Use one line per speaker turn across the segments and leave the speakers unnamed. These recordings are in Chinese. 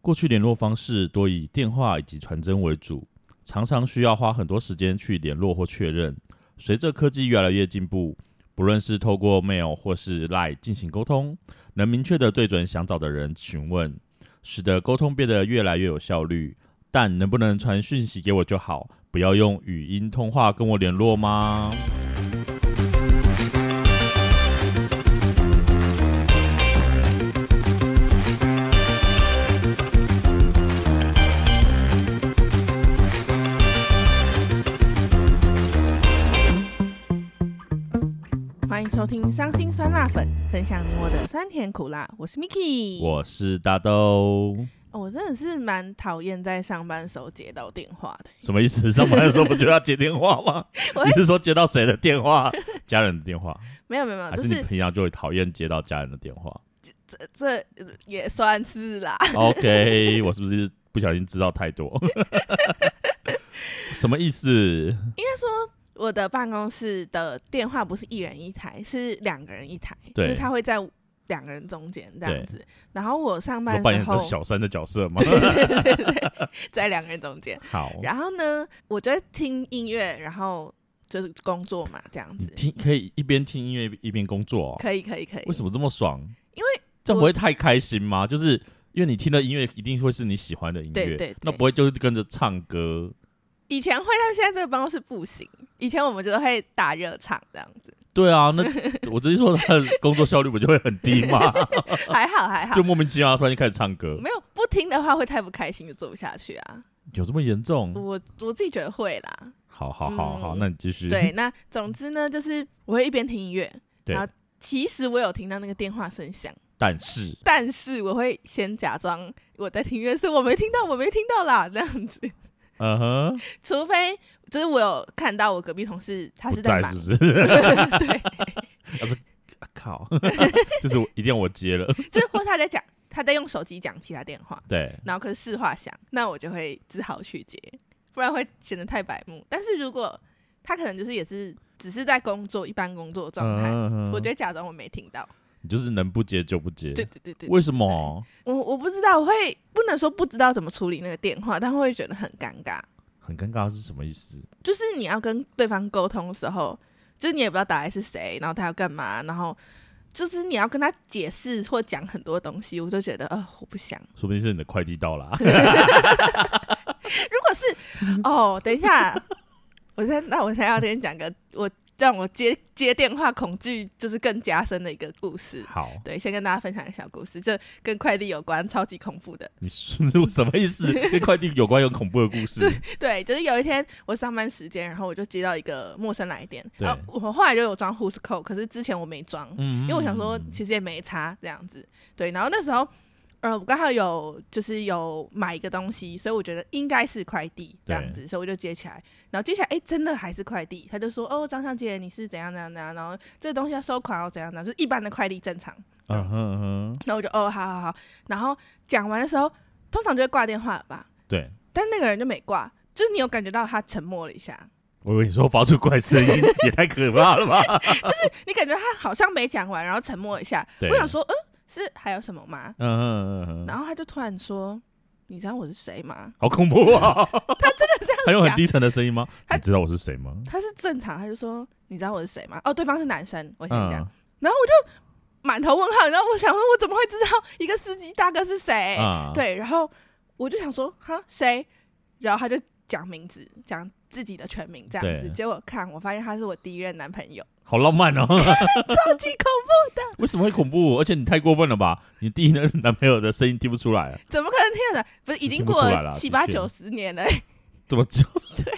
过去联络方式多以电话以及传真为主，常常需要花很多时间去联络或确认。随着科技越来越进步，不论是透过 mail 或是 Line 进行沟通，能明确的对准想找的人询问，使得沟通变得越来越有效率。但能不能传讯息给我就好，不要用语音通话跟我联络吗？
欢迎收听《伤心酸辣粉》，分享你我的酸甜苦辣。我是 Miki，
我是大豆，
哦我真的是蛮讨厌在上班时候接到电话的。
什么意思？上班的时候不就要接电话吗
我？
你是说接到谁的电话？家人的电话，
没有没有没有，
还
啊就是
你
是
平常就会讨厌接到家人的电话
这这呃也算是啦。
？OK，我是不是不小心知道太多？ 什么意思？
我的办公室的电话不是一人一台，是两个人一台，就
对
是他会在两个人中间这样子。然后我上班
我
的
扮
时
演这
候，
小三的角色吗？
在两个人中间。
好，
然后呢，我就会听音乐，然后就是工作嘛，这样
你
子。
听可以一边听音乐一边工作、哦，
可以可以可以
为。什么这么爽？
因为
这样
我
不会太开心吗？就是因为你听的音乐一定会是你喜欢的音乐，
对对
那
对
不会就是跟着唱歌？
以前会，但现在这个办公室不行。以前我们就会打热场这样 子，
对啊， 那我只是说他的工作效率不就会很低吗？
还 好还好
就，莫名其妙地突然间开始唱歌，
没有不听的话会太不开心，就做不下去啊。
有这么严重？
我我自己觉得会啦。
好好好好，
嗯
那你继续。
对，那总之呢，就是我会一边听音乐，
对
然后其实我有听到那个电话声响，
但是
但是我会先假装我在听音乐，是我没听到，我没听到啦，这样子。
嗯哼，
除非就是我有看到我隔壁同事他
不
是
在
忙，
是不 是？
对，
啊靠， 就是我一定要我接 了。
就是或他在讲，他在用手机讲其他电话，
对，
然后可是市话响，那我就会只好去接，不然会显得太白目。但是如果他可能就是也是只是在工作，一般工作状态，
嗯
我就会假装我没听到。
你就是能不接就不接。
对对对对，
为什么？
我我不知道，我会不能说不知道怎么处理那个电话，但会觉得很尴尬。
很尴尬是什么意思？
就是你要跟对方沟通的时候，就是你也不知道打来是谁，然后他要干嘛，然后就是你要跟他解释或讲很多东西，我就觉得呃我不想。
说不定是你的快递到了啊。
如果是 哦，等一下，我在那我才要跟你讲个我让我接接电话恐惧就是更加深的一个故事。
好，
对，先跟大家分享一个小故事，就跟快递有关，超级恐怖的。
你是什么意 思？跟快递有关有恐怖的故事？
对，就是有一天我上班时间，然后我就接到一个陌生来电，
对
然后我后来就有装 Who's Call，可是之前我没装，
嗯
因为我想说其实也没差这样子。对，然后那时候。呃，我刚好有就是有买一个东西，所以我觉得应该是快递这样子，所以我就接起来。然后接起来，哎、真的还是快递，他就说：“哦，张小姐，你是怎样怎样怎样，然后这个东西要收款哦，怎样怎样，就是一般的快递正常。
嗯哼嗯哼，
然后我就哦，好好好。然后讲完的时候，通常就会挂电话了吧？
对，
但那个人就没挂，就是你有感觉到他沉默了一下，
我以为你说发出怪声 音也太可怕了吧？
你感觉他好像没讲完，然后沉默一下。
对
我想说，嗯，是还有什么吗？
嗯哼嗯哼嗯哼，
然后他就突然说：“你知道我是谁吗
好恐怖 啊！他真的这样，还用很
讲
低沉的声音吗？
他
你知道我是谁吗？”？
他是正常，他就说：“你知道我是谁吗？”哦，对方是男生，我先讲。
嗯
满头问号，然后我想说，我怎么会知道一个司机大哥是谁？
啊，
对，然后我就想说，哈，谁？然后他就讲名字，讲自己的全名这样子。
对
结果看，我发现他是我第一任男朋友，
好浪漫 哦！
超级恐
为什么会恐怖？而且你太过分了吧？你第一任男朋友的声音听不出来啊，
怎么可能听得出来？不是已经
听不
过
出来啦
了七八
的确
九十年了，
怎么就？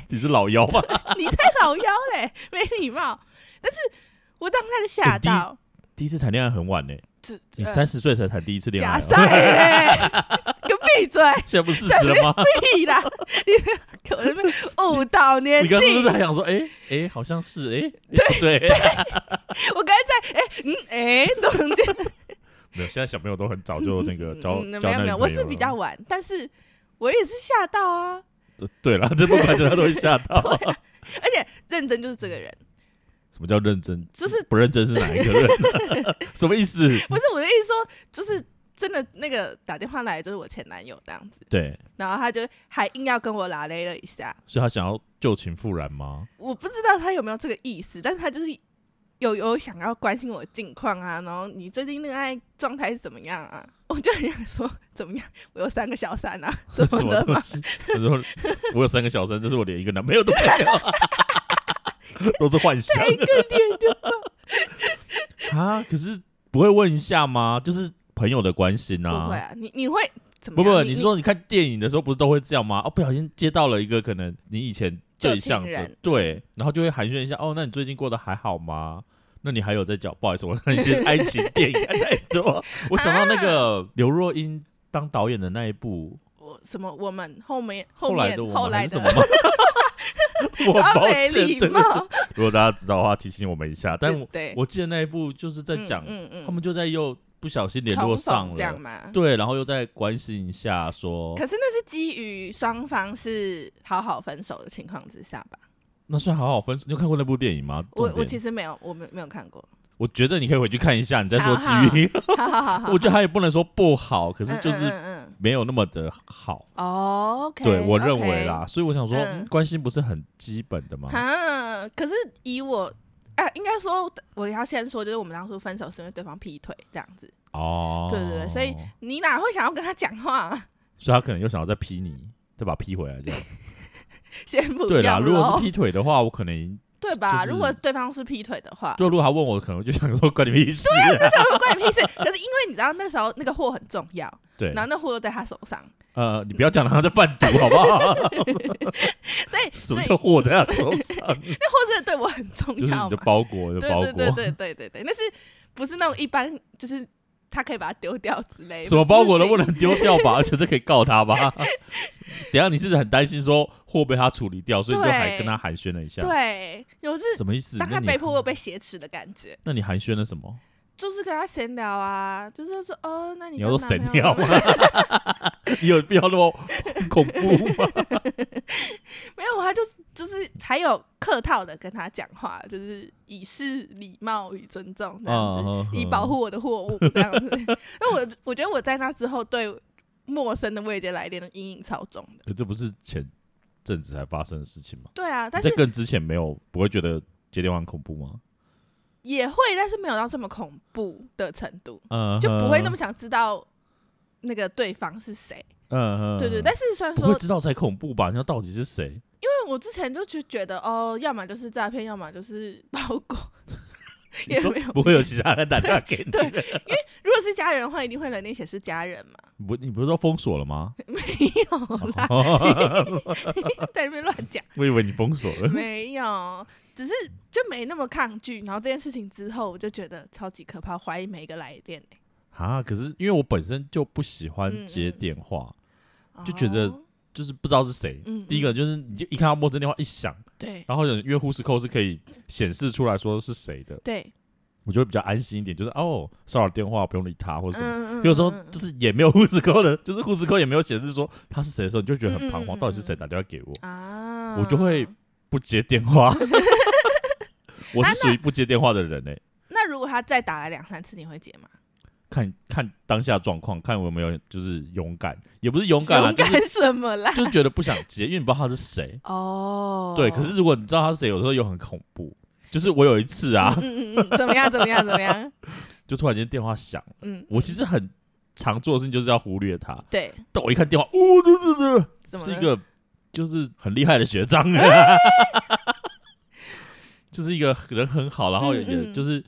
你是老妖吧？
你才老妖嘞，没礼貌。但是我当下就吓到，
欸第一次谈恋爱很晚呢，
这
你
呃
三十岁才谈第一次恋爱
假
啊，
赛嘞，给我闭嘴，
现在不是事实了吗？
屁啦！你不要给我这边误导年
你刚刚是不
纪
是，还想说，哎哎，好像是哎，诶对，
我刚才在哎嗯哎，怎么这样？
没有，现在小朋友都很早就那个
嗯
交
嗯
交
没有
男
没有，
女
我
朋友啊
是比
了
较晚，但是我也是吓到啊，
对对了， 这不管怎么样都会吓 到。
而且认真就是这个
嗯
人，
什么叫认真？
就是
不认真是哪一个人？什么意思？
不是我的意思说，就是真的那个打电话来就是我前男友这样子，
对，
然后他就还硬要跟我拉勒了一下，
所以他想要旧情复燃吗？
我不知道他有没有这个意思，但是他就是有有想要关心我的近况啊，然后你最近恋爱状态是怎么样啊？ 我就很想说怎么样，我有三个小三啊， 怎
什
么
么
的
东
嘛？
西？他说我有三个小三，但是我连一个男朋友都没有， 都是幻想
太可怜了，
啊！可是不会问一下吗？就是朋友的关心
不会
啊。
啊，你你会怎么
不
样？
不，
你
你说你看电影的时候不是都会这样吗？哦，不小心接到了一个可能你以前对象
旧情
的
人
对，然后就会寒暄一下，哦，那你最近过得还好吗？那你还有在讲？不好意思，我看一些爱情电影看太 多，我想到
啊
那个刘若英当导演的那一部，
我什么我们后面
后来
面
的我
后
们还
来
是
的
什么吗？ 我
超
抱
没
歉，对
礼
对对
貌，
如果大家知道的话，提醒我们一下。 但我
对
我记得那一部就是在
嗯
讲，
嗯嗯
他们就在又不小心联络
重逢
上
这样
了，
嘛？
对，然后又再关心一下说，
可是那是基于双方是好好分手的情况之下吧？
那算好好分手。你有看过那部电影吗？
我
重
我
点
其实没有，我没没有看过。
我觉得你可以回去看一下，你再说
好好
基于，
好好好好，
我觉得他也不能说不好，可
可
是就是
嗯嗯
没有那么的好。
嗯哦，OK，
对我认为啦，所以我想说，
嗯
嗯关心不是很基本的吗
OK。？啊，可是以我啊，应该说我要先说，就是我们当初分手是因为对方劈腿这样子，
哦，
对对对所以你哪会想要跟他讲话、啊
所以他可能又想要再劈你，再把他劈回来这样。
先不
对啦，
要
如果
咯
是劈腿的话，我可能
对吧？
就是
如果对方是劈腿的话，
就如果他问我，可能我就想说关你屁事。
啊关你屁事。可是因为你知道那时候那个货很重要，
对
然，后那货又在他手上，
呃，你不要讲他在贩毒好不 好？
所 以
什
所
么
以
叫货在他手上？
那货真的对我很重
就是
要
你的
嘛？
包裹，你的
对
包
对对
裹，
对对对对，那是不是那种一般就是他可以把它丢掉之类的？
什么包裹都不
是
能丢掉吧？而且这可以告他吧？ 等一下你是很担心说货被他处理掉，所以你就还
对
跟他寒暄了一下，
对，有是
什么意思？
当
那
他
你
被迫我被挟持的感觉，
那你寒暄了什么？
就是跟他闲聊啊，就是说哦，那你
你要说
交男
神
朋友
尿
了
吗
吗？？
你有必要那么恐怖 吗？
没有，他就是就是还有客套的跟他讲话，就是以示礼貌与尊重这样子。
啊
以保。护我的货物这样子。 那我我觉得我在那之后对陌生的未接来电的阴影超重的。
可这不是前阵子才发生的事情吗？
对啊，但
在
是
更之前没有不会觉得接电话很恐怖吗？
也会，但是没有到这么恐怖的程度，
嗯，
就不会那么想知道那个对方是谁。
嗯，嗯
对对，但是虽然
不
说，因
会知道才恐怖吧？你知道到底是 谁？
为我之前就就觉得哦，要么就是诈骗，要么就是包裹。
你
也
说
没有
不会有其他人打电话给你？
对，如果是家人的话，一定会冷脸显示家人嘛，
不，你不是说封锁了吗？
没有啦， 在那边乱讲。
我以为你封锁了。
没有，只是就没那么抗拒。然后这件事情之后，我就觉得超级可怕，怀疑每一个来电、欸、
啊，可是因为我本身就不喜欢接电话，就觉得
哦
就是不知道是谁。
嗯
第一个就是你就一看到陌生电话一响，
对
然后有因为呼士扣是可以显示出来说是谁的，
对，
我就会比较安心一点，就是哦骚扰电话不用理他或者什么。
嗯
有时候
嗯
就是也没有护士扣的，就是护士扣也没有显示说他是谁的时候，你就觉得很
嗯嗯
彷徨，
嗯
到底是谁打电话给我？
啊，
我就会。不接电话， 我
啊
是属于不接电话的人欸诶、
那如果他再打来两三次，你会接吗？
看看当下状况，看我有没有就是勇敢，也不是勇敢啦，
勇
就是
敢什么啦？
就是觉得不想接，因为你不知道他是谁。
哦，
对，可是如果你知道他是谁，有时候又很恐怖。就是我有一次啊，
嗯嗯嗯，怎么样？怎么样？怎么样？
就突然间电话响了，
嗯，
我其实很常做的事情就是要忽略他，
对，
但我一看电话，哦，对对对，
嗯怎么
是
了
一个就是很厉害的学 长，就是一个人很好，然后
嗯
也
嗯
就是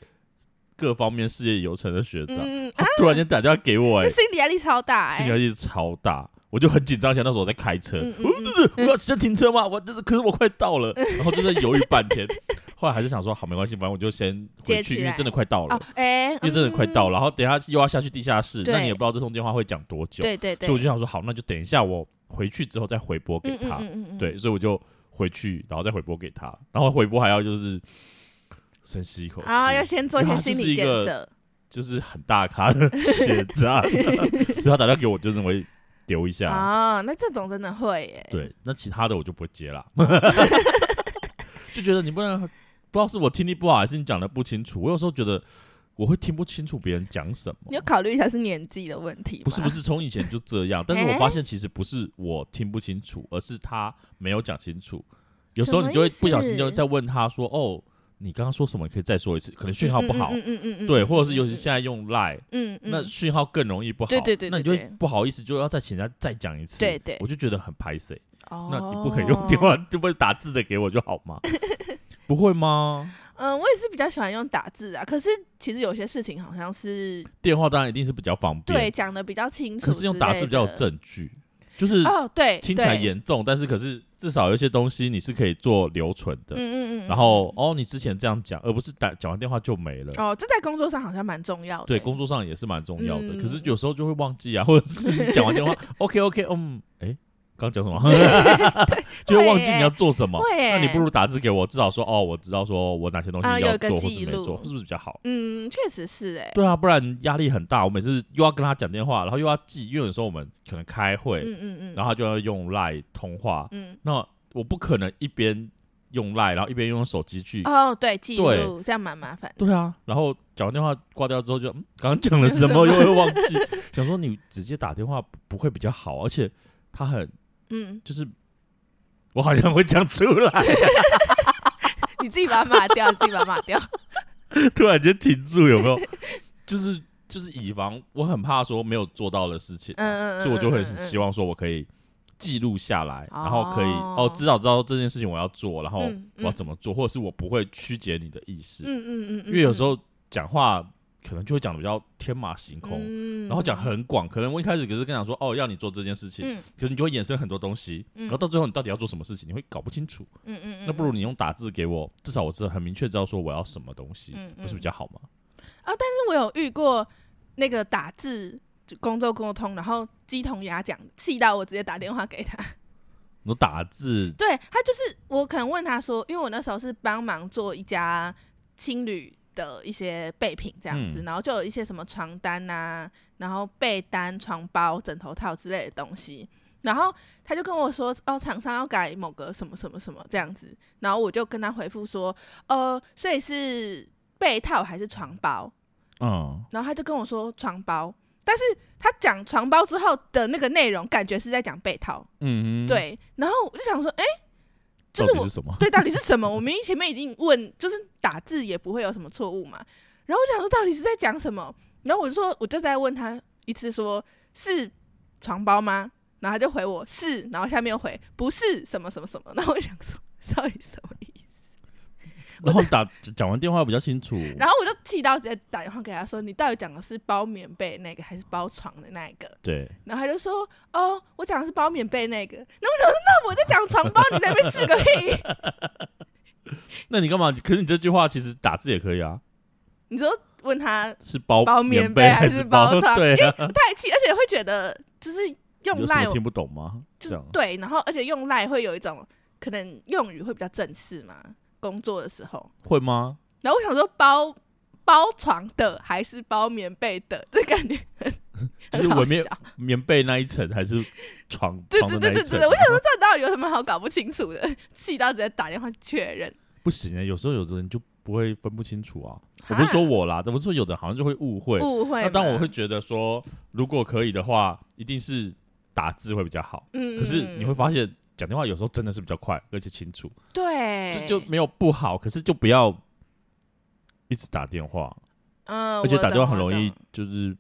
各方面事业有成的学长，
嗯，
他 突然间打电话给我、
这
哎，
心理压力超大
心
哎
理压。力超大，我就很紧张，想那时候我在开车，
嗯嗯
我就是我要先停车吗？我就是，可是我快到 了，然后就在犹豫半天，后来还是想说好没关系，反正我就先回
接起
去，
来
因为真的快到了
哦，，哎，
因为真的快到了，然后等一下又要下去地下室，
对
那你也不知道这通电话会讲多
嗯。
久，
对对对，
所以我就想说好，那就等一下我回去之后再回拨给
嗯嗯
他，
嗯嗯嗯，
对，所以我就回去，然后再回拨给他，然后回拨还要就是深吸一口气，
啊，要先做一
因为
些
他就
心
是
理
一
建
个
设。
就是很大咖 的学渣，所以他打电话给我就认为丢一下。
啊，那这种真的会耶。
对，那其他的我就不会接 啦， 就觉得你不能，不知道是我听力不好还是你讲的不清楚。我有时候觉得我会听不清楚别人讲什么。
你要考虑一下是年纪的问题。
不是不，是，从以前就这
哎
样，但是我发现其实不是我听不清楚，而是他没有讲清楚。有时候你就会
什么意思
不小心就在问他说：“哦，你刚刚说什么？你可以再说一次。”可能讯号不好，
嗯嗯嗯嗯，
对，或者是尤其
像
现在用 Line，、
嗯嗯，
那讯号更容易不好。
对对对对
那你就会
对
不好意思，就要再请人家再讲一次。
对对
我就觉得很排谁。
哦
那你不可以用电话，就不会打字的给我就好 吗？不会吗？
嗯，我也是比较喜欢用打字啊，可是其实有些事情好像是
电话当然一定是比较方便，
对讲的比较清楚，
可是用打字比较有。证据，就是
哦，对，
听起来
对，
严重，但是可是至少有一些东西你是可以做留存的。
嗯嗯嗯，
然后哦，你之前这样讲，而不是打讲完电话就没了。
哦，这在工作上好像蛮重要的。
对，工作上也是蛮重要的，
嗯
可是有时候就会忘记啊，或者是你讲完电 话，OK OK，嗯，哎，刚讲什么？ 就会忘记
对耶
你要做什么。
会耶
那你不如打字给我，至少说哦，我知道说我哪些东西
啊有
要
一个
做或是
记
没
录
做，是不是比较好？
嗯，确实是哎、
对啊，不然压力很大。我每次又要跟他讲电话，然后又要记，因为有时候我们可能开会，
嗯嗯嗯，
然后他就要用 Line 通话，
嗯，
那我不可能一边用 Line，然后一边用手机去。
哦，对，记
对
录这样蛮麻烦的。
对啊，然后讲完电话挂掉之后就，嗯，刚刚讲了什么，又会忘 记。想说你直接打电话不不会比较好，而且他很
嗯，
就是，我好像会讲出来，
你自己把它抹掉，你自己把它抹掉。
突然间停住，有没 有？就是就是以防我很怕说没有做到的事情，
嗯嗯嗯，
所以我就会
嗯嗯嗯
希望说我可以记录下来，
哦
然后可以哦，至少知道这件事情我要做，然后
嗯
哦我要
嗯
怎么做，或者是我不会曲解你的意思，
嗯嗯嗯嗯，
因为有时候讲话可能就会讲的比较天马行空，
嗯
然后讲很广，可能我一开始可是跟你讲说哦，要你做这件事情，
嗯
可是你就会衍生很多东西，
嗯
然后到最后你到底要做什么事情，你会搞不清楚，
嗯嗯嗯，
那不如你用打字给我，至少我知道很明确知道说我要什么东西，
嗯
不是比较好吗？
但是我有遇过那个打字就工作沟通，然后鸡同鸭讲，气到我直接打电话给他。
你说打字
对他就是我可能问他说，因为我那时候是帮忙做一家青旅的一些备品这样子，
嗯
然后就有一些什么床单啊，然后被单、床包、枕头套之类的东西。然后他就跟我说，哦，厂商要改某个什么什么什么这样子，然后我就跟他回复说，呃，所以是被套还是床包？
嗯。
然后他就跟我说床包，但是他讲床包之后的那个内容，感觉是在讲被套，
嗯哼，，嗯
对。然后我就想说，哎、就
到
是
底
我
是什么？
对到底是什么？我明明前面已经问，就是打字也不会有什么错误嘛。然后我想说，到底是在讲什么？然后我就说，我就再问他一次说，是床包吗？然后他就回我是，然后下面又回不是什么什么什 么。然后我想说，到底什么意思？
然后打讲完电话比较清楚，
然后我就气到直接打电话给他说，你到底讲的是包棉被那个，还是包床的那一个？
对，
然后他就说：“哦，我讲的是包棉被那个。”然后我想说：“那我在讲床包，你在那边试个屁
那你干嘛？可是你这句话其实打字也可以啊，？”
你说问他
是包
包
棉
棉被
还
还
是
是包床
对啊，
太气，而且会觉得就是用
有什
赖
么，听不懂啊吗？这
就是
样
对，然后而且用赖会有一种可能用语会比较正式嘛，工作的时候。
会吗？
然后我想说包包床的还是包棉被的，这感觉很
就是
很好
我没有
笑。
棉被那一层还是床
对
床的
对对
那一
对
层啊？
对，对我想说这到底有什么好搞不清楚的？气到直接打电话确认。
不行啊，有时候有的人就不会分不清楚啊。我不是说
哈
我啦，我是说有的好像就会误会。
误会
那
嘛，
当我会觉得说，如果可以的话，一定是打字会比较好。
嗯，
可是你会发现讲电话有时候真的是比较快，而且清楚。
对，
这就没有不好，可是就不要一直打电话，
嗯，
而且
我
打电话
懂
很容易
我懂
就是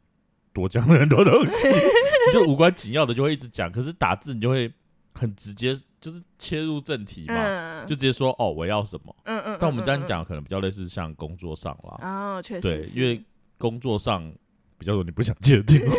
多讲了很多东 西， 你就无关紧要的就会一直讲，可是打字你就会很直接，就是切入正题嘛，
嗯，
就直接说哦我要什么。
嗯嗯，
但我们这
这
样
样，
讲可能比较类似像工作上啦，
哦，确实
对，
是
因为工作上比较多你不想接的电话，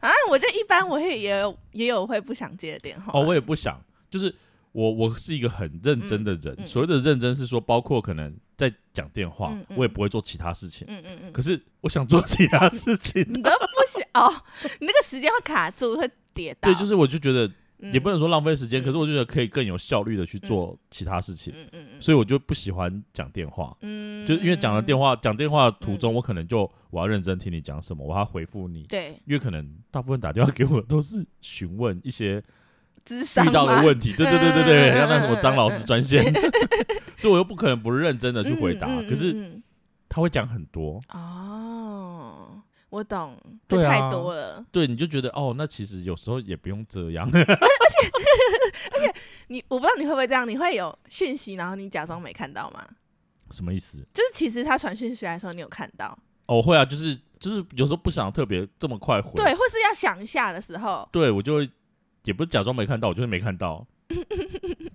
啊，我就一般我会也有也有会不想接的电话，
哦我也不想，就是。我我是一个很认真的人，
嗯嗯
所谓的认真是说，包括可能在讲电话，
嗯嗯
我也不会做其他事情。
嗯嗯嗯，
可是我想做其他事情，
你都不想哦，你那个时间会卡住，会跌倒，
对，就是我就觉得
嗯
也不能说浪费时间，
嗯
可是我觉得可以更有效率的去做其他事情，
嗯嗯嗯
所以我就不喜欢讲电话，
嗯，
就因为讲了电话，讲电话的途
嗯
中我可能就我要认真听你讲什么，我要回复你，
对
因为可能大部分打电话给我都是询问一些
智商
遇到的
吗
问题，对对对对对，
嗯
像那什么张老
嗯
师
嗯
专线，所以我又不回答所以我又不可能不认真的去回答，
嗯嗯嗯
可是
嗯
他会讲很多，
哦，我懂，
对啊
太多了。
对，你就觉得哦，那其实有时候也不用这样。
你我不知道你会不会这样，你会有讯息，然后你假装没看到吗？
什么意思？
就是其实他传讯息来的时候，你有看到，
哦，会啊，就是就是有时候不想特别这么快回，，
对，或是要想一下的时 候
对我就会也不是假装没看到，我就是没看到，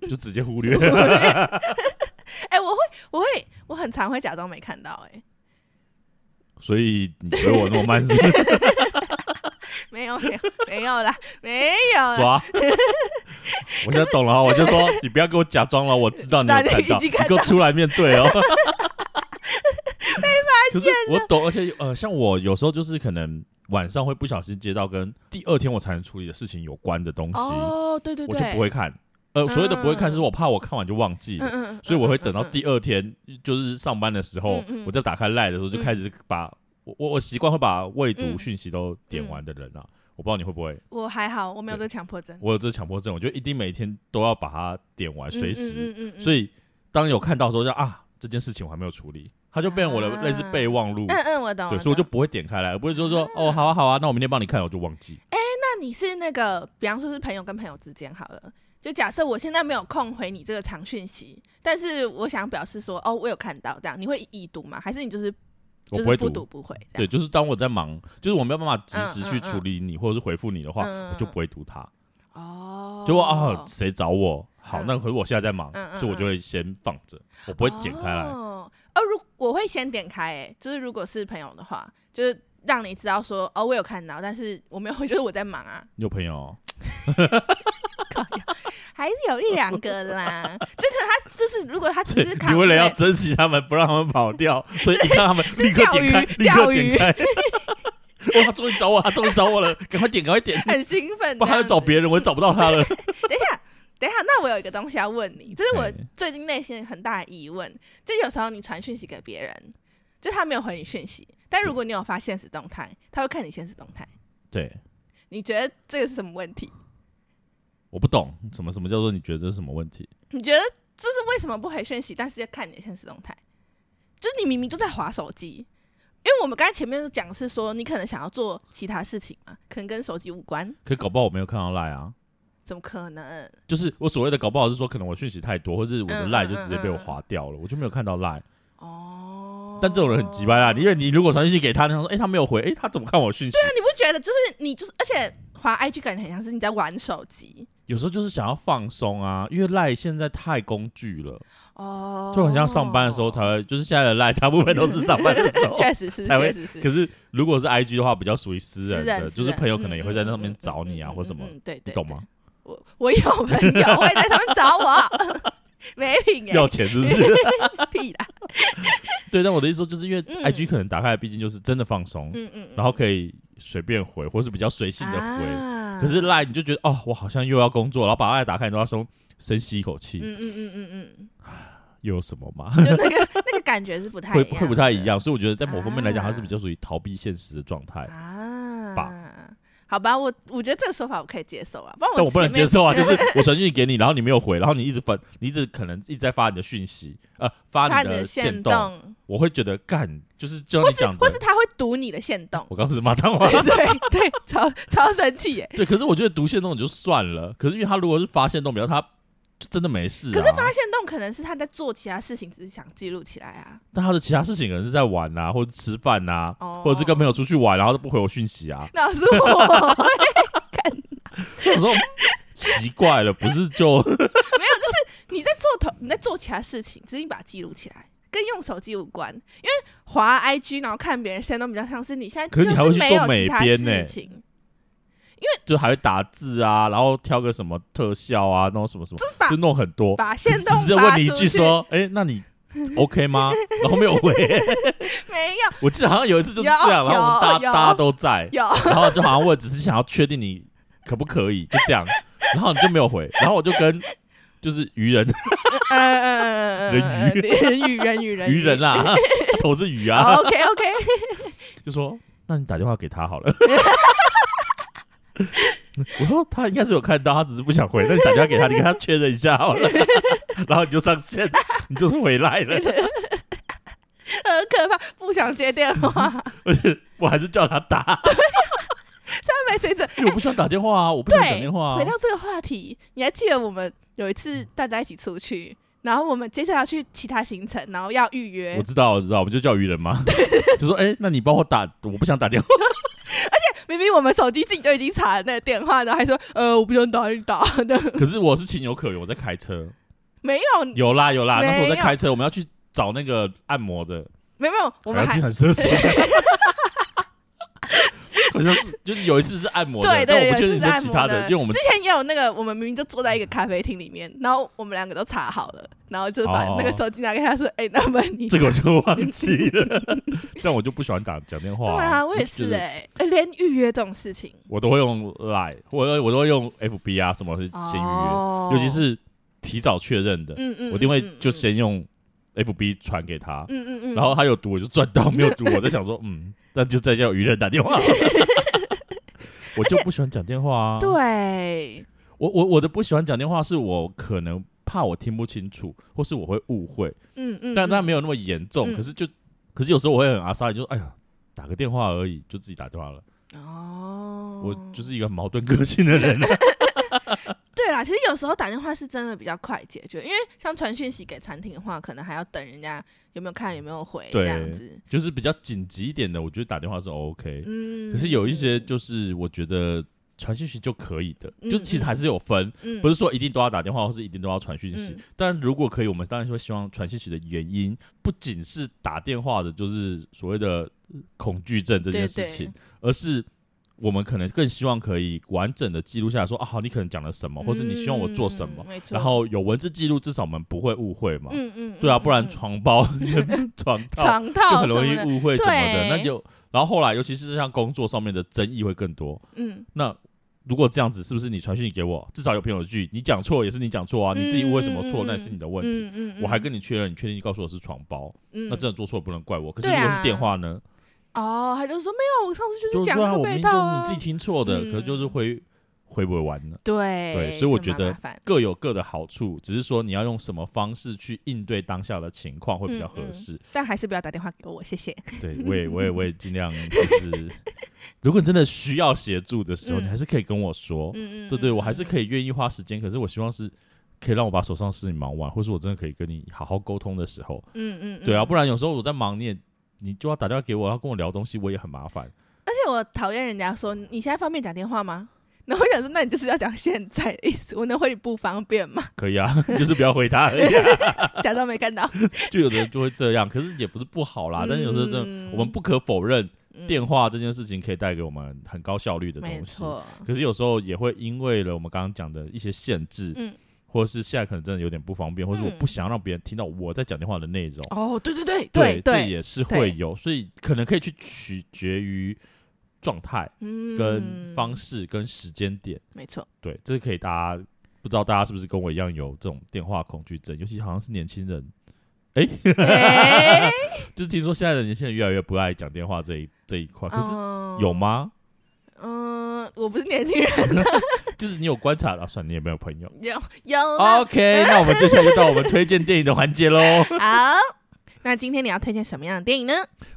就直接忽 略。
哎、我会，我会，我很常会假装没看到、哎，
所以你觉得我那么慢是不是
没有，没有，没有啦，没有啦，
抓？我现在懂了哦，我就说你不要给我假装了，我知道你有
知道
看
你
到，
已经
你
看
给我出来面对 哦。被发现可是我懂，而且呃，像我有时候就是可能晚上会不小心接到跟第二天我才能处理的事情有关的东西，
哦，对对
我
对，
就不会看。呃，所谓的不会看，是我怕我看完就忘记
嗯，
了。
嗯嗯，
所以我会等到
嗯嗯嗯
第二天，就是上班的时候，
嗯嗯
我再打开赖的时候，就开始把、我我我习惯会把未读
嗯
讯息都点完的人啊，我不知道你会不会，
我还好，我没有
对
这强迫症，
我有这强迫症，我就一定每天都要把它点完，随时。
嗯嗯嗯嗯嗯
所以当有看到的时候就，啊，这件事情我还没有处理，它就变成我的
啊
类似备忘录。
嗯嗯，我懂，
对，
懂
所以我就不会点开来，我不会说说、
嗯
哦，好啊好啊，那我明天帮你看，我就忘记。
那你是那个，比方说是朋友跟朋友之间好了，就假设我现在没有空回你这个长讯息，但是我想表示说，哦，我有看到这样，你会已读吗？还是你就是
我
就是
不会
不
读，
读不回？这
对，
样，
就是当我在忙，就是我没有办法及
嗯
时
嗯
去
嗯
处理你、或者是回复你的话，
嗯嗯
我就
嗯
不会读它。
哦，
就啊，谁找我？好，
嗯
那可是我现在在忙，
嗯嗯
所以我就会先放着，我不会剪开来。
哦，哦如我会先点开、欸，就是如果是朋友的话，就是让你知道说，哦，我有看到，但是我没有回， 就是我在忙啊，
你有朋友
靠腰还是有一两个 啦。这个他就是，如果他只
这
是
你为 了要
calculate
珍惜他们，不让他们跑掉，所以一看他们立刻点开，立
钓
刻
鱼
点开。哇，他终于找我，他终于找我了，赶快点，赶快 点！
很兴奋，
不然他要找别人，我也找不到他了。
等一下，等一下，那我有一个东西要问你，这是我
嘿
最近内心很大的疑问。就有时候你传讯息给别人，就他没有回你讯息，但如果你有发现实动态，他会看你现实动态。
对，
你觉得这个是什么问题？
我不懂什么什么叫做你觉得这是什么问题？
你觉得这是为什么不回讯息，但是要看你的现实动态？就是你明明就在划手机，因为我们刚才前面都讲的是说，你可能想要做其他事情嘛，可能跟手机无关，
可搞不好我没有看到赖啊，
怎么可能？
就是我所谓的搞不好是说，可能我讯息太多，或是我的
嗯
赖
嗯
就直接被我划掉了，我就没有看到赖。
哦，
但这种人很急掰啦，因为你如果传讯息给他，他说哎他没有回，哎他怎么看我讯息？
那你不觉得就是你就是，而且滑 IG 感觉很像是你在玩手机
有时候就是想要放松啊，因为赖现在太工具了，
哦
就很像上班的时候才会，就是现在的赖大部分都是上班的 时候。
确实是，
才会
确实是。
可是如果是 I G 的话，比较属于私人的，
私
就是朋友可能也会在那上
嗯
面
嗯
找你啊，
嗯嗯
或什么，
嗯，嗯对
你
对，
懂吗？
我我有朋友会在上面找我， 没品哎
要，钱是不是？
屁啦，
对，但我的意思说，就是因为
嗯
I G 可能打开来，毕竟就是真的放松，
嗯嗯，
然后可以随便回，或是比较随性的回。
回
可是赖你就觉得哦，我好像又要工作，然后把赖打开，你都要松深吸一口气，
嗯嗯嗯嗯
又有什么嘛？
嗯，就那个 那个感觉是不太
会
一样
会不太一样，所以我觉得在某方面来讲，
啊
它是比较属于逃避现实的状态。
啊
吧
好吧，我我觉得这个说法我可以接受啊，不然
但我不能
前面
接受 啊！就是我传讯息给你，然后你没有回，然后你一直分，你一直可能一直在发你的讯息，呃，发
看
你
你的
线
线
动，
动，
我会觉得干，就是就像
或
你
是
讲
或是
的，
他会读你的线动。。
我刚是骂脏话
对 对，超超生气耶！
对，可是我觉得读线动也就算了，可是因为他如果是发现动，比较他就真的没事、啊。
可是发现动可能是他在做其他事情，只是想记录起来啊。
但他的其他事情可能是在玩啊，或者吃饭啊，
哦，
或者是跟朋友出去玩，然后都不回我讯息啊
那是我
我 说奇怪了，不是就
你在做同你在做其他事情，只是你把它记录起来，跟用手机无关。因为滑 IG 然后看别人现动比较像是你现在
可是
就
你还会去
没
做
有
美
其他
编呢
事情，
就还会打字啊，然后挑个什么特效啊，弄什么什么，
就是把
就弄很多。
把
只
现动
是
发
问你一
出
句
去
说，哎、那 你 OK 吗？然后没有回。
没有
我记得好像有一次就是这样，
有
然后我们大
有
家大家都在，
有
然后就好像我只是想要确定你可不可以，就这样，然后你就没有回，然后我就跟就是愚人
呃呃呃
人
鱼人鱼人鱼人哦
愚人啊 啦、头是鱼啊，
OK OK，
就说那你打电话给他好 了。我说他应该是有看到，他只是不想回。那你打电话给他，你跟他确认一下 好了，然后你就上线，你就是回来了。
很可可怕，不想接电 话，
我还是叫他打，
太没水准。
因为我不想打电话啊，我不想讲电话啊
回。到这个话题，你还记得我们有一次大家一起出去，然后我们接下来要去其他行程，然后要预约
我，知道，我知道，我们就叫愚人嘛， 就说哎、那你帮我打，我不想打电话。
明明我们手机自己就已经查了那个电话，然后还说呃我不想打，你打 的
可是我是情有可原，我在开车。
没有，
有啦有啦，
没有
那时候我在开车，我们要去找那个按摩的，
没有没有，我
还要
们还
去很奢侈。好像是就是有一次是按摩的，
对
但我
对
不确
对，
定
就是
说
按
其
摩
他的，因为我们
之前也有那个，我们明明就坐在一个咖啡厅里面，然后我们两个都查好了，然后就把
哦
那个手机拿给他说：“哎、那么你
这个我 就忘记了，但我就不喜欢打讲电话、
嗯对啊，我也
就是
哎、哎连预约这种事情，
我都会用 Line，我我都会用 FB 啊，什么是先预约，
哦
尤其是提早确认的，
嗯嗯，
我一定会
嗯
就先用 FB 传给他，
嗯嗯嗯，
然后他有读我就赚到，没有读我在想说， 嗯，那就再叫愚人打电话。我就不喜欢讲电话啊，
对，
我我我的不喜欢讲电话是我可能怕我听不清楚，或是我会误会，
嗯嗯，
但但没
有
有那么严重，
嗯
可是就可是有时候我会很阿莎，就说哎呀。打个电话而已，就自己打电话了。
哦，
我就是一个很矛盾个性的人、啊，
对啦，其实有时候打电话是真的比较快解决，因为像传讯息给餐厅的话，可能还要等人家有没有看有没有回
对
这样子，
就是比较紧急一点的，我觉得打电话是 OK。
嗯，
可是有一些就是我觉得传讯息就可以的，
嗯
就其实还是有分，
嗯
不是说一定都要打电话，或是一定都要传讯息。
嗯
但如果可以，我们当然会希望传讯息的原因不仅是打电话的，就是所谓的呃恐惧症这件事情，
对
而是我们可能更希望可以完整的记录下来说，啊，好，你可能讲了什么，或是你希望我做什么
嗯，没错
然后有文字记录，至少我们不会误会嘛。
嗯嗯，
对啊，
嗯
不然
嗯
床包、 床套
肠
就
套
很容
什
易
么的
误会什么的，
对
那就然后后来，尤其是像工作上面的争议会更多。
嗯，
那如果这样子，是不是你传讯息给我，至少有凭有据？你讲错也是你讲错啊，你自己误会什么错，
嗯
那也是你的问题。
嗯嗯嗯
我还跟你确认，你确定告诉我是床包，
嗯
那真的做错也不能怪我。可是
对
如
啊
果是电话呢？
哦，他就说没有，我上次就是
就
讲
对啊，
这个
我
被
明明
盗
都
啊
你自己听错的，
嗯
可是就是会会不会玩呢？
对
对所以我
就
觉
蛮
得
麻烦
各有各的好处，只是说你要用什么方式去应对当下的情况会比较合适。
但还是不要打电话给我，谢谢。
对，我也，我也，我也尽量就是， 如果你真的需要协助的时候，
嗯
你还是可以跟我说。
嗯嗯，
对对，我还是
以。
可以愿意花时间，可是我希望是可以让我把手上的事情忙完，或是我真的可以跟你好好沟通的时候。
嗯嗯，
对啊，不
然。
然有时候我在忙，你也你就要打电话给我，要跟我聊东西，我也很麻烦。
而且我讨厌人家说你现在方便讲电话吗？ 然后我想说，那你就是要讲现在的意思，我能回你不方便吗？
可以啊， 就是不要回他而已 啊、
假装没 看到。
就有的人就会这样，可是也不是不好啦。但是有时候真的，
嗯
我们不可否认，
嗯
电话这件事情可以带给我们很高效率的
没
东西。
错，
可是有时候也会因为了我们刚刚讲的一些限制，
嗯
或者是现在可能真的有点不方便，或者我
嗯
不想让别人听到我在讲电话的内容。
哦，对对对
这
对，
也是会
对
有，所以可能可以去取决于状态、
嗯
跟方式、跟时间点。
没错，
对，这可以大家不知道大家是不是跟我一样有这种电话恐惧症，尤其好像是年轻人，
哎
就是听说现在的年轻人越来越不爱讲电话这一这一哦块，可是
嗯
有吗？
嗯，我不是年轻人，
就是你有观察到、啊，算了你也没有朋友。
有有啦
OK，那我们接下来就到我们推荐电影的环节喽。
好，那今天你要推荐什么样的电影呢？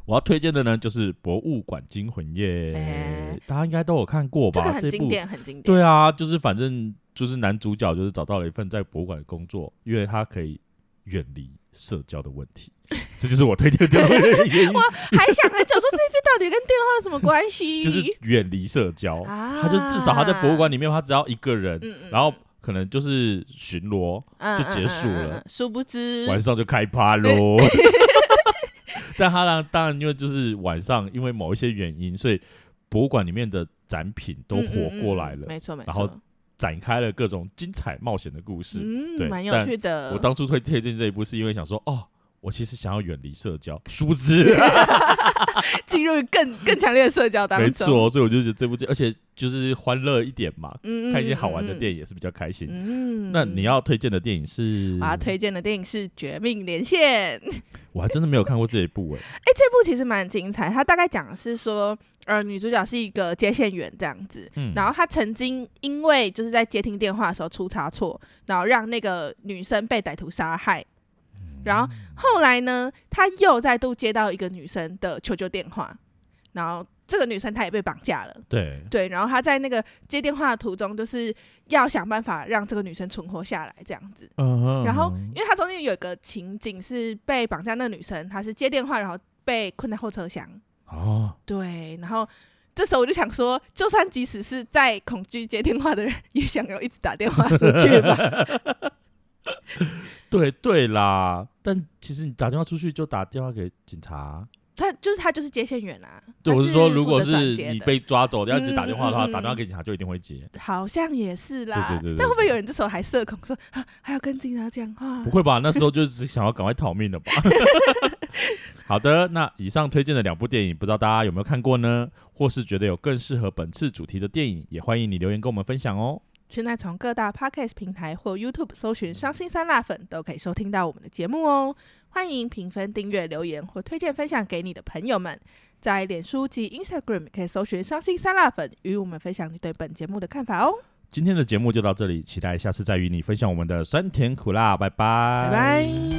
我要推荐的呢就是《博物馆惊魂夜》
哎
大家应该都有看过
这个
吧？
很
这
经
部
典，很经典。
对啊，就是反正就是男主角就是找到了一份在博物馆的工作，因为他可以远离社交的问 题，这就是我推荐的原因，
还想很久说这一片到底跟电话有什么关 系？
就是远离社交。
啊
他就至少他在博物馆里面，他只要一个人，
嗯嗯
然后可能就是巡逻，
嗯
就结束了
嗯嗯嗯嗯殊不知，
晚上就开趴 喽。但他呢，当然因为就是晚上，因为某一些原因，所以博物馆里面的展品都活过来
嗯嗯嗯
了，
没错没错。
然后展开了各种精彩冒险的故事。对
嗯，蛮有
但
趣的。
我当初会推荐这一部，是因为想说，哦，我其实想要远离社 交，殊不知，
进入更更强烈的社交当中，
没，错，所以我就觉得这部剧，而且就是欢乐一点嘛，
嗯
看一些好玩的电
影。
影也是比较开心。
嗯
那你要推荐的电影是？
我要推荐的电影是《绝命连线》。
我还真的没有看过这一部哎、
哎、这部其实蛮精彩。它大概讲的是说，呃，女主角是一个接线员这样子，
嗯，
然后她曾经因为就是
嗯
在接听电话的时候出差错，然后让那个女生被歹徒杀害。然后后来呢，他又再度接到一个女生的求救电话，然后这个女生她也被绑架了。
对，
对，然后他在那个接电话的途中，就是要想办法让这个女生存活下来，这样子。
嗯哼，
然后
嗯哼
因为他中间有一个情景是被绑架那个女生，她是接电话，然后被困在后车厢。
哦，
对，然后这时候我就想说，就算即使是在恐惧接电话的人， 也想要一直打电话出去吧。
对对啦，但其实你打电话出去就打电话给警察。
他就是他就是接线员啊。
对，
他
我是说，如
负
果
责转
是
接
你
的
被抓走，要一直打电话的话，
嗯嗯嗯嗯
打电话给警察就一定会接。
好像也是啦，
对对对对
但会不会有人这时候还社恐说啊，还要跟警察讲话
不？会吧？那时候就只想要赶快逃命了吧？ 好的，那以上推荐的两部电影，不知道大家有没有看过呢？或是觉得有更适合本次主题的电影，也欢迎你留言跟我们分享哦。
现在从各大 podcast 平台或 YouTube 搜寻“伤心酸辣粉”，都可以收听到我们的节目哦。欢迎评分、订阅、留言或推荐分享给你的朋友们。在脸书及 Instagram 可以搜寻“伤心酸辣粉”，与我们分享你对本节目的看法哦。
今天的节目就到这里，期待下次再与你分享我们的酸甜苦辣，拜拜，
拜拜。